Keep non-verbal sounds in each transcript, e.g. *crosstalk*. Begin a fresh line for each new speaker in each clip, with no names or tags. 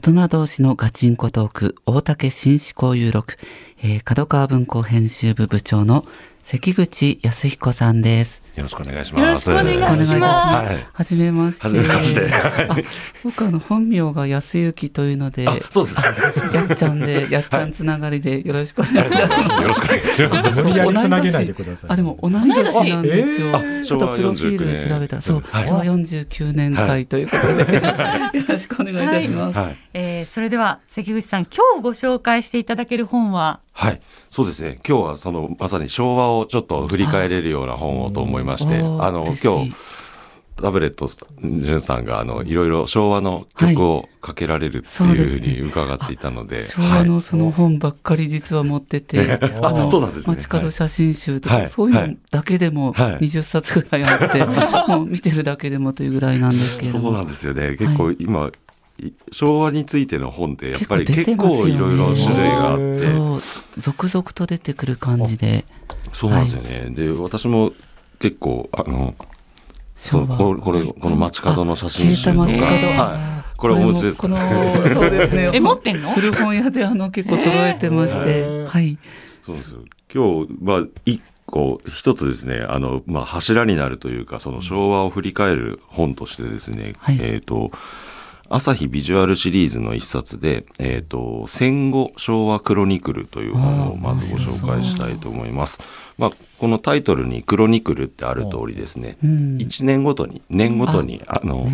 人同士のガチンコトーク、大竹紳士交有録、えー、角川文庫編集部部長の関口康彦さんです。
よろしくお願いします。
よろしくお願いします。
はじ、い、めまして。
はめまして。
僕あの本名が安幸というので、
そうです。
やっちゃんで、やっちゃんつながりでよろしくお願いします。
よろしくお願いします。
無理やりつなげないでください。あでも同い年なんですよ。ちょっとプロフィール調べたら、そう、昭和49年会ということで、よろしくお願いいたします。
えそれでは関口さん、今日ご紹介していただける本は。
はい、そうですね。今日はそのまさに昭和をちょっと振り返れるような本をと思いまして、あの今日。タブレット潤さんがあのいろいろ昭和の曲をかけられるっていうふうに伺っていたので,はい
でね、昭和のその本ばっかり実は持って
*laughs*
て、
あそうなんです、ね、
街角写真集とか、はい、そういうのだけでも20冊ぐらいあって、
*laughs*
はい、もう見てるだけでもというぐらいなんですけど
そうなんですよね結構今、昭和についての本ってやっぱり結構いろいろ種類があって、ね、
続々と出てくる感じで
そうなんですよね、で私も結構あのそうこれこの街角の写真集とか、はい、これお持ちです、
ね、そうですね。
*laughs* え持ってんの？
古本屋であの結構揃えてまして、はい。
そうです今日まあ一個一つですねあのまあ柱になるというかその昭和を振り返る本としてですね、はい、えっ、と。朝日ビジュアルシリーズの一冊で、えーと「戦後昭和クロニクル」という本をまずご紹介したいと思います。まあ、このタイトルに「クロニクル」ってある通りですね、うん、1年ごとに年ごとにあの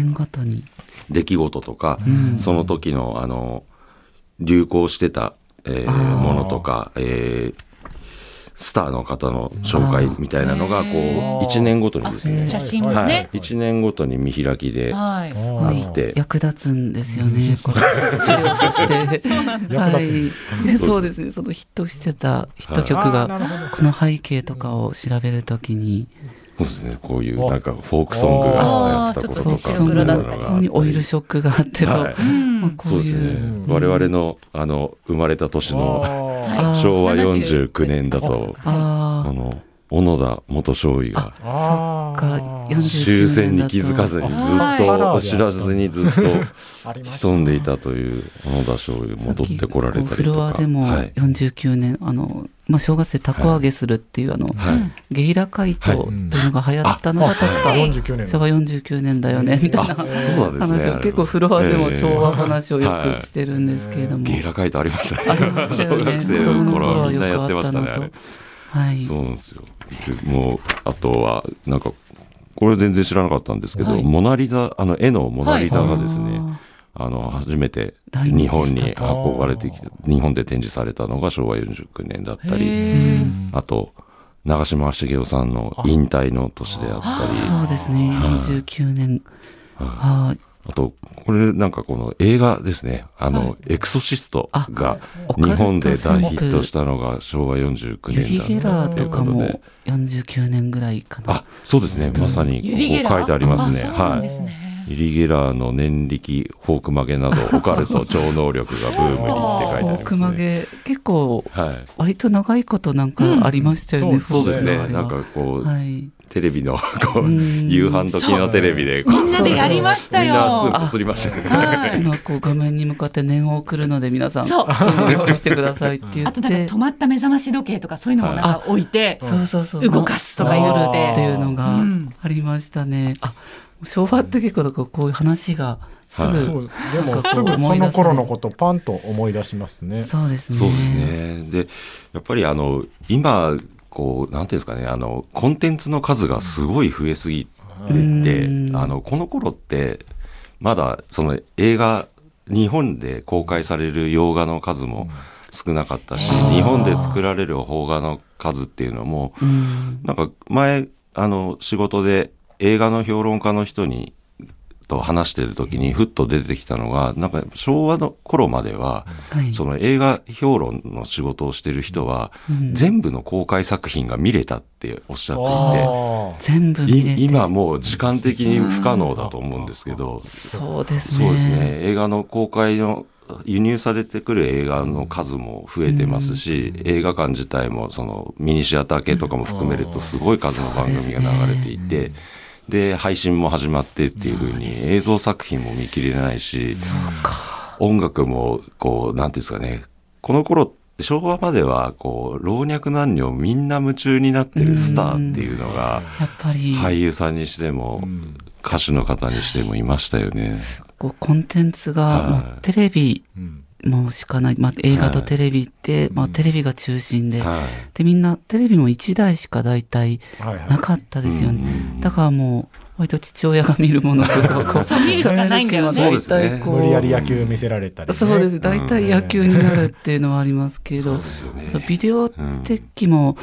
出来事とか、うん、その時のあの流行してた、えー、ものとか、えー、スターの方の紹介みたいなのがこう1年ごとにですね
写真もね、
1年ごとに見開きであって
役立つんですよねこれ資料としてはい *laughs* そうですねそのヒットしてたヒット曲がこの背景とかを調べるときに。
そうですね、こういうなんかフォークソングがやってたこととか、
そういうのにオイルショックがあってと、
そうですね、我々のあの生まれた年の昭和49年だと、あの、小野田元少尉が、終戦に気づかずにずっと知らずにずっと潜んでいたという小野田少尉戻ってこられたりとか。フ
ロアでも49年、あの、まあ、正月でたこ揚げするっていう、あの、ゲイラ怪盗というのが流行ったのが確か、昭和49年だよね、みたいな話を、結構フロアでも昭和話をよくしてるんですけれども。
ゲイラ怪盗ありましたね。小学生の頃はみんなやってましたね。はい、そうなんですよ。もう、あとは、なんか、これ全然知らなかったんですけど、モナリザ、あの、絵のモナリザがですね、あの、初めて日本に運ばれてきて、日本で展示されたのが昭和49年だったり、あと、長嶋茂雄さんの引退の年であったり。
そうですね、49年。あ
と、これなんかこの映画ですね、あの、エクソシストが日本で大ヒットしたのが昭和49年だ
ユリゲラーとかも49年ぐらいかな。
あ、そうですね、まさにここ書いてありますね。はい。ユリ・ゲラーの年力、フォーク曲げなど、オカルト、超能力がブームにって書いてあります、ね、フォー
ク曲げ、結構、割と長いことなんかありましたよね、うん、
そうですね、なんかこう、はい、テレビのこう、夕飯時のテレビで、
みんなでやりましたよ。
みんなスプーンこすりましたね。
今、こう、画面に向かって念を送るので、皆さん、スプーン用意してくださいって言って。
止まった目覚まし時計とか、そういうのもなんか置いて、そうそうそう動かすとか夜で。
っていうのがありましたね。あ昭和って結構こういう話がすぐ、はい、
でもすぐその頃のことパンと思い出しますね。
そうですね。
そうですね。でやっぱりあの今こうなんていうんですかねあのコンテンツの数がすごい増えすぎてて、うん、あのこの頃ってまだその映画日本で公開される洋画の数も少なかったし、うん、日本で作られる邦画の数っていうのも、うん、なんか前あの仕事で映画の評論家の人にと話してる時にふっと出てきたのがなんか昭和の頃までは、はい、その映画評論の仕事をしてる人は、うん、全部の公開作品が見れたっておっしゃって
いて全部
今もう時間的に不可能だと思うんですけど、
うん、そうです
ねそうですね映画の公開の輸入されてくる映画の数も増えてますし、うん、映画館自体もそのミニシアター系とかも含めるとすごい数の番組が流れていて。で配信も始まってっていうふうに映像作品も見切れないし音楽もこうなんていうんですかねこの頃って昭和まではこう老若男女みんな夢中になってるスターっていうのが
やっぱり
俳優さんにしても歌手の方にしてもいましたよね。
こうコンテンツがもうテレビもうしかない、まあ、映画とテレビって、はい、まあ、テレビが中心で,はい、でみんなテレビも1台しか大体なかったですよね、はいはい、だからもう割と父親が見るものとかこう
見るしかないんだよね
大体こう
無理やり野球見せられたり、ね、
そうです大体野球になるっていうのはありますけど、うんね、ビデオ鉄器も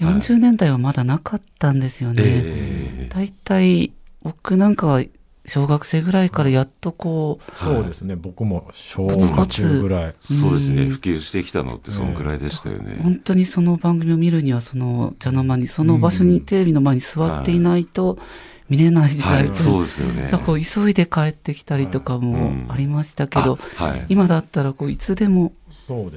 40年代はまだなかったんですよね、はいえー、大体僕なんかは小学生ぐらいからやっとこ
う、そうですね、はい、僕も小学中ぐらい、、
うん、そうですね普及してきたのってそのぐらいでしたよね、
えー、本当にその番組を見るにはその茶の間にその場所にテレビの前に座っていないと見れない時代、うんはいはい、
そうですよね
だから急いで帰ってきたりとかもありましたけど、うん、今だったらこういつでも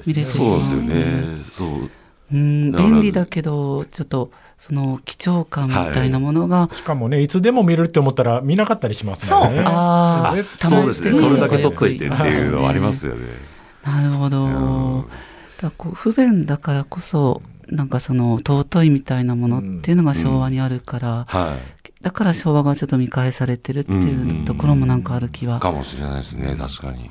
見れてしまう
そうですよねそう
うん便利だけどちょっとその貴重感みたいなものが、はい
しかもねいつでも見れるって思ったら見なかったりします
から
ねそう
あ
あそうですねこれだけ取っといてっていうのはありますよね、
なるほどだこう不便だからこそなんかその尊いみたいなものっていうのが昭和にあるから、うんうんはい、だから昭和がちょっと見返されてるっていうところもなんかある気は、うん、
かもしれないですね確かに、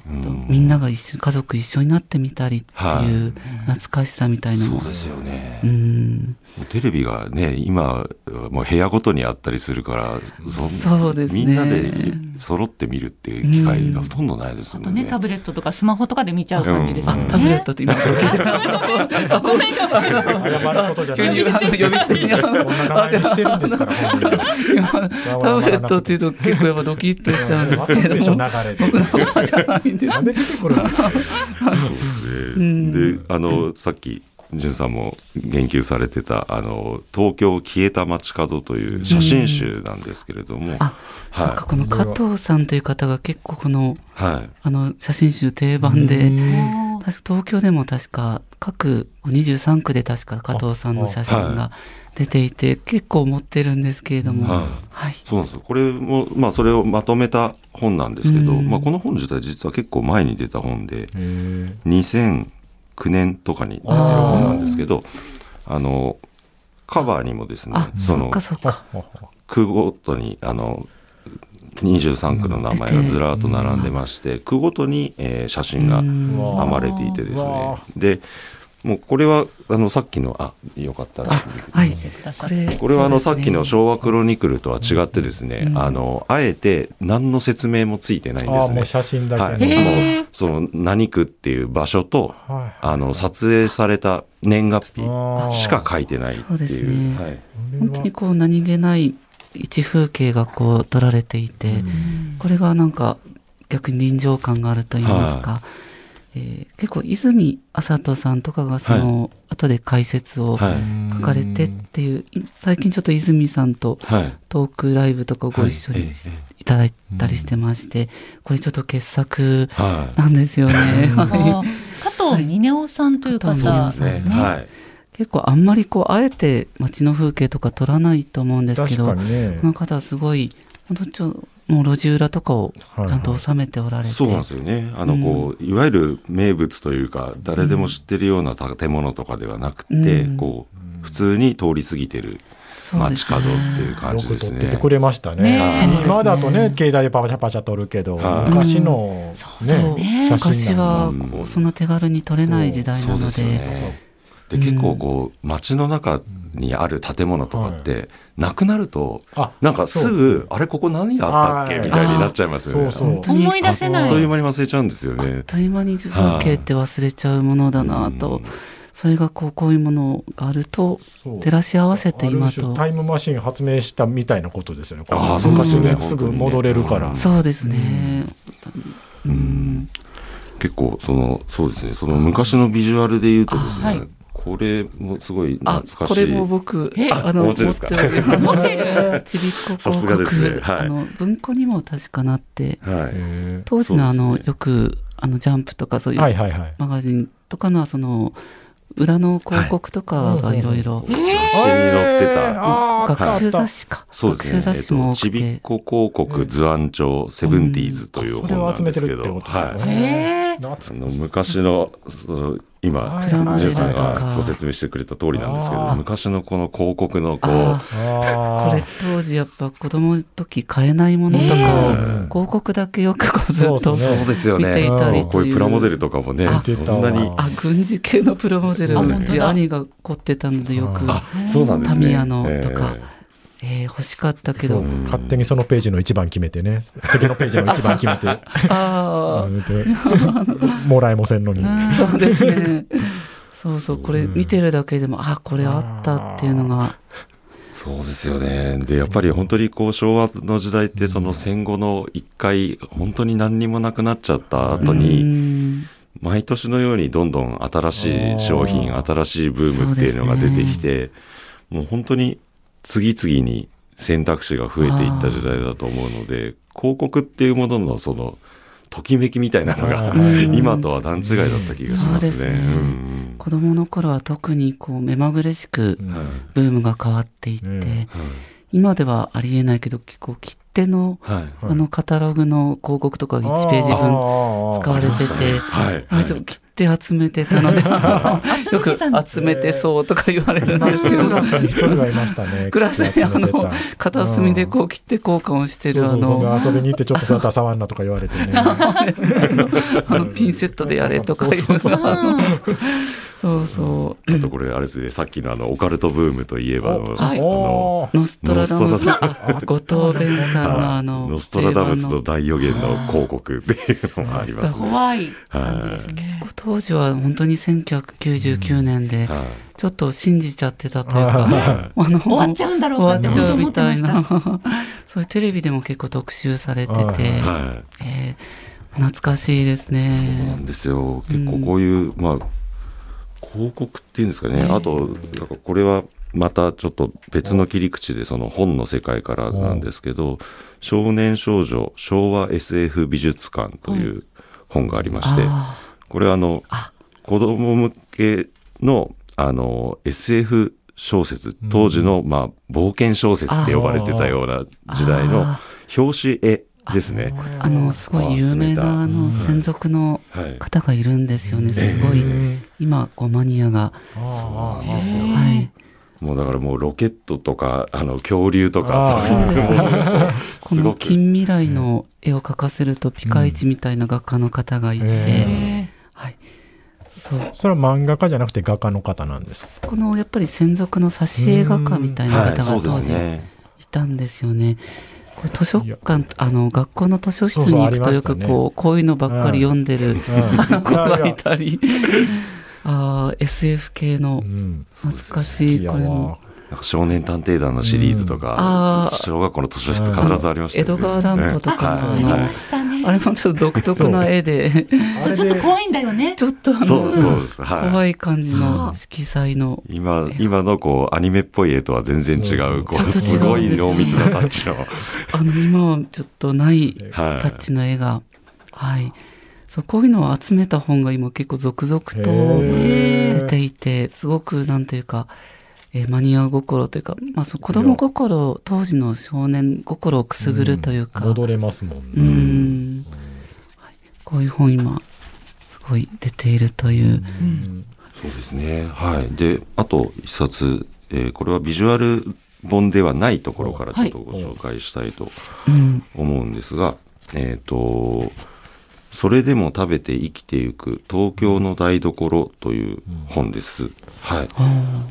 みんなが一緒家族一緒になってみたりっていう懐かしさみたいな
も、はい、そうですよね、うん、テレビがね今もう部屋ごとにあったりするから
そうです、ね、
みんなで揃って見るっていう機会がほとんどないですもんね,、
あとねタブレットとかスマホとかで見ちゃう感じですよね、
タブレットって今
ごめんごめんごめん
謝ることじゃな
急
い。
に呼び捨てに。
こんな名前にしてるんですから、本当に。
タブレットっていうと結構やっぱドキッとしちゃうんですけど
*laughs*
も。僕のことじゃないんです。なん
で出てくるんですか。
で、あのさっき。じゅんさんも言及されてた「あの東京消えた街角」という写真集なんですけれども、うん、
あ、はい、そっかこの加藤さんという方が結構この,、はい、あの写真集定番で。確か東京でも確か各23区で確か加藤さんの写真が出ていて、はい、結構持ってるんですけれども、はい
はい、そうなんですよこれも、まあ、それをまとめた本なんですけど、まあ、この本自体実は結構前に出た本で2009年とかに出てる本なんですけどあのカバーにもですね
その
区ごとにあの23区の名前がずらっと並んでまして、区ごとに、えー、写真が編まれていてですねでもうこれはあのさっきのあよかったら、
はい、
これこれはあの、ね、さっきの昭和クロニクルとは違ってですね、うん、あのあえて何の説明もついてないんですね。
写真だ
け、ね、はい、もうその何区っていう場所と、はい、あの撮影された年月日しか書いてないっていう。うね、はい、
本当にこう何気ない一風景がこう撮られていて、うん、これがなんか逆に臨場感があると言いますか、はい、えー、結構泉麻人さんとかがその、はい、後で解説を書かれてっていう、はい、最近ちょっと泉さんとトークライブとかご一緒にいただいたりしてまして、これちょっと傑作なんですよね。
はい、加藤峰夫さんという方、
はい、ですね。はい
*laughs* 結構あんまりこうあえて街の風景とか撮らないと思うんですけど、ね、この方はすごい本当ちょもう路地裏とかをちゃんと収めておられて、はいはい、
そうなんですよねあのこう、うん、いわゆる名物というか誰でも知ってるような建物とかではなくて、うん、こう普通に通り過ぎてる。街角っていう感じですね。
よく撮っててくれましたね。ね今だとね、携帯でパチャパチャ撮るけど、昔の、ね、そうそう
昔はこうそんな手軽に撮れない時代なので。
で結構こう街の中にある建物とかって、うんはい、なくなるとなんかすぐあれここ何があったっけみたいになっちゃいますよね。
そうそう思い出せない。
あっという間に忘れちゃうんですよね。
あっという間に風景って忘れちゃうものだなと。うんそれがこうこういうものがあると照らし合わせて今と
タイムマシン発明したみたいなことですよね。
ああそうですね。
すぐ戻れるから。ねうん、
そうですね。
うん結構そのそうですねその昔のビジュアルで言うとですね。はいこれもすごい懐かしい。
これも僕、あの、持って
持って
*laughs*
る。
ちびっこ広告、ねはい、あの、文庫にも確かなって、はい、当時のあの、ね、よく、あの、ジャンプとかそういう、はいはいはい、マガジンとかの、その、裏の広告とかがいろいろ
雑誌に載ってた、
学習雑誌か、
そうですね、学習雑誌も多
て、
くちびっこ広告図案帳セブンティーズという本なんですけど、
は
あ
い、
の昔のその今ジュンさんがご説明してくれた通りなんですけど昔のこの広告のこう
これ当時やっぱ子供の時買えないものとかを、広告だけよくこうずっと見ていたり
こういうプラモデルとかもねそんなに
あ軍事系のプラモデルうち兄が凝ってたのでよくタミヤのとか。えー、欲しかったけど
勝手にそのページの一番決めてね *laughs* 次のページの一番決めてあ
*laughs*
もらえませんのに
そうです
*laughs*
ねそうそうこれ見てるだけでもあこれあったっていうのが
そうですよねでやっぱり本当にこう昭和の時代ってその戦後の一回本当に何にもなくなっちゃった後に毎年のようにどんどん新しい商品新しいブームっていうのが出てきて、ね、もう本当に次々に選択肢が増えていった時代だと思うので広告っていうもののそのときめきみたいなのが *laughs* 今とは段違いだった気がしますね。。
子供の頃は特にこう目まぐるしくブームが変わっていって、今ではありえないけど結構切手の、あのカタログの広告とか1ページ分使われてて、はいはい、切手集めてた *laughs* のでよく集めてそうとか言われるんです *laughs* けど *laughs* クラスにあの片隅でこう切手交換をしてるあの
遊びに行ってちょっとそたさわんなとか言われてね
あのピンセットでやれとかいうそうそう
ちょっとこれあれですね、さっきのあのオカルトブームといえば、はい、あ
のノストラダムスの後藤弁さんのあの
ノストラダムスの大予言の広告っていうのもあります、
怖い感
じですね。当時は本当に1999年で、ちょっと信じちゃってたというか、
あの終わっちゃうんだろう
終わっちゃうみたいな、 *laughs* そういうテレビでも結構特集されてて、はえ懐かしいですね。
そうなんですよ。結構こういう、まあ広告っていうんですかね、あとなんかこれはまたちょっと別の切り口でその本の世界からなんですけど「少年少女昭和 SF 美術館」という本がありまして、これはあの子供向けのあの SF 小説当時のまあ冒険小説って呼ばれてたような時代の表紙絵ですね。
あのすごい有名なあの専属の方がいるんですよね。すごい今こうマニアが。
そうなんですよ。はい。もうだからもうロケットとかあの恐竜とか
そうですね。この近未来の絵を描かせるとピカイチみたいな画家の方がいて、はい。
そうそれは漫画家じゃなくて画家の方な
*laughs*
んです
このやっぱり専属の挿絵画家みたいな方が当時いたんですよね。これ図書館あの学校の図書室に行くとよくこう、ね、こういうのばっかり読んでる、うん、子がいたりあ SF 系の懐かしい、これも。
少年探偵団のシリーズとか、小学校の図書室必ずありました
江戸川乱歩とかの、あれもちょっと独特な絵で。
ちょっと怖いんだよね。
*laughs* ちょっと怖い感じの色彩の。
今、今のこう、アニメっぽい絵とは全然違う、こう、すごい濃密なタッチの。
あの、今はちょっとないタッチの絵が。はい。そう、こういうのを集めた本が今結構続々と出ていて、すごくなんていうか、えー、マニア心というか、まあ、そ子供心当時の少年心をくすぐるというか、うん、
戻れますもんね、
うん、はい、こういう本今すごい出ているという、うん、
そうですねはいであと一冊、えー、これはビジュアル本ではないところからちょっとご紹介したいと思うんですが、はい、えっ、とそれでも食べて生きてゆく東京の台所という本です。うん、はい。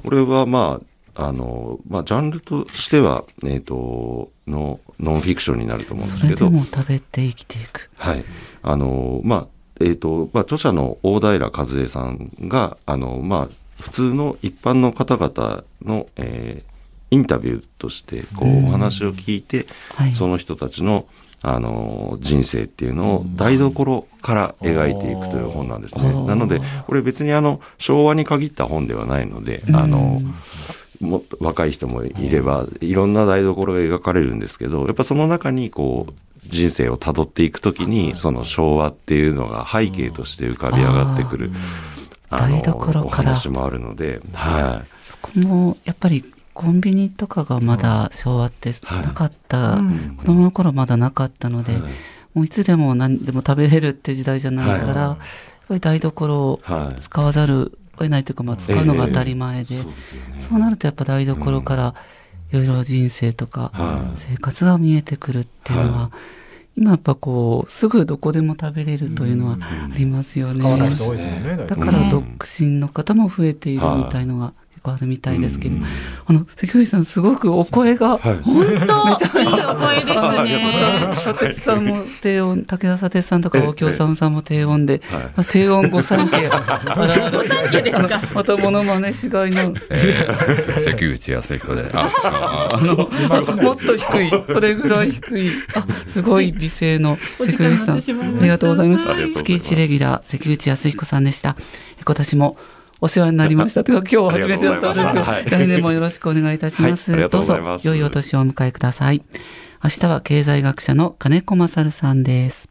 これはまあ、あの、まあ、ジャンルとしては、えっ、ー、と、の、ノンフィクションになると思うんですけど。それ
でも食べて生きていく。、
はい。あの、まあ、えっ、ー、と、まあ、著者の大平和恵さんが、あの、まあ、普通の一般の方々の、えー、インタビューとして、こう、お話を聞いて、はい、その人たちの、あの人生っていうのを台所から描いていくという本なんですね。なのでこれ別にあの昭和に限った本ではないので、あのも若い人もいればいろんな台所が描かれるんですけどやっぱその中にこう人生をたどっていく時にその昭和っていうのが背景として浮かび上がってくるあのお話もあるので、はい
そこもやっぱりコンビニとかがまだ昭和ってなかった、はいうん、子供の頃まだなかったので、はい、もういつでも何でも食べれるっていう時代じゃないから、やっぱり台所を使わざるを得ないというか、まあ、使うのが当たり前で,、そうなるとやっぱ台所からいろいろ人生とか生活が見えてくるっていうのは、今やっぱこうすぐどこでも食べれるというのはありますよね。だから独身の方も増えているみたいのが結構あるみたいですけど、あの関口さんすごくお声が、
本当めちゃめちゃお声です
ね。佐さんも低音、武田佐哲さんとか大京さんさんも低音で、低音五三家
五三家ですか。
またモノマネしがいの、
関口康彦で、あ、
あのもっと低いそれぐらい低い、あすごい美声の関口さん、ありがとうございます。月一レギュラー関口康彦さんでした。今年もお世話になりました。というか、今日初めてだったんですけど、はい、来年もよろしくお願いいたします。はい、
どうぞ、
良いお年をお迎えください。明日は経済学者の金子勝さんです。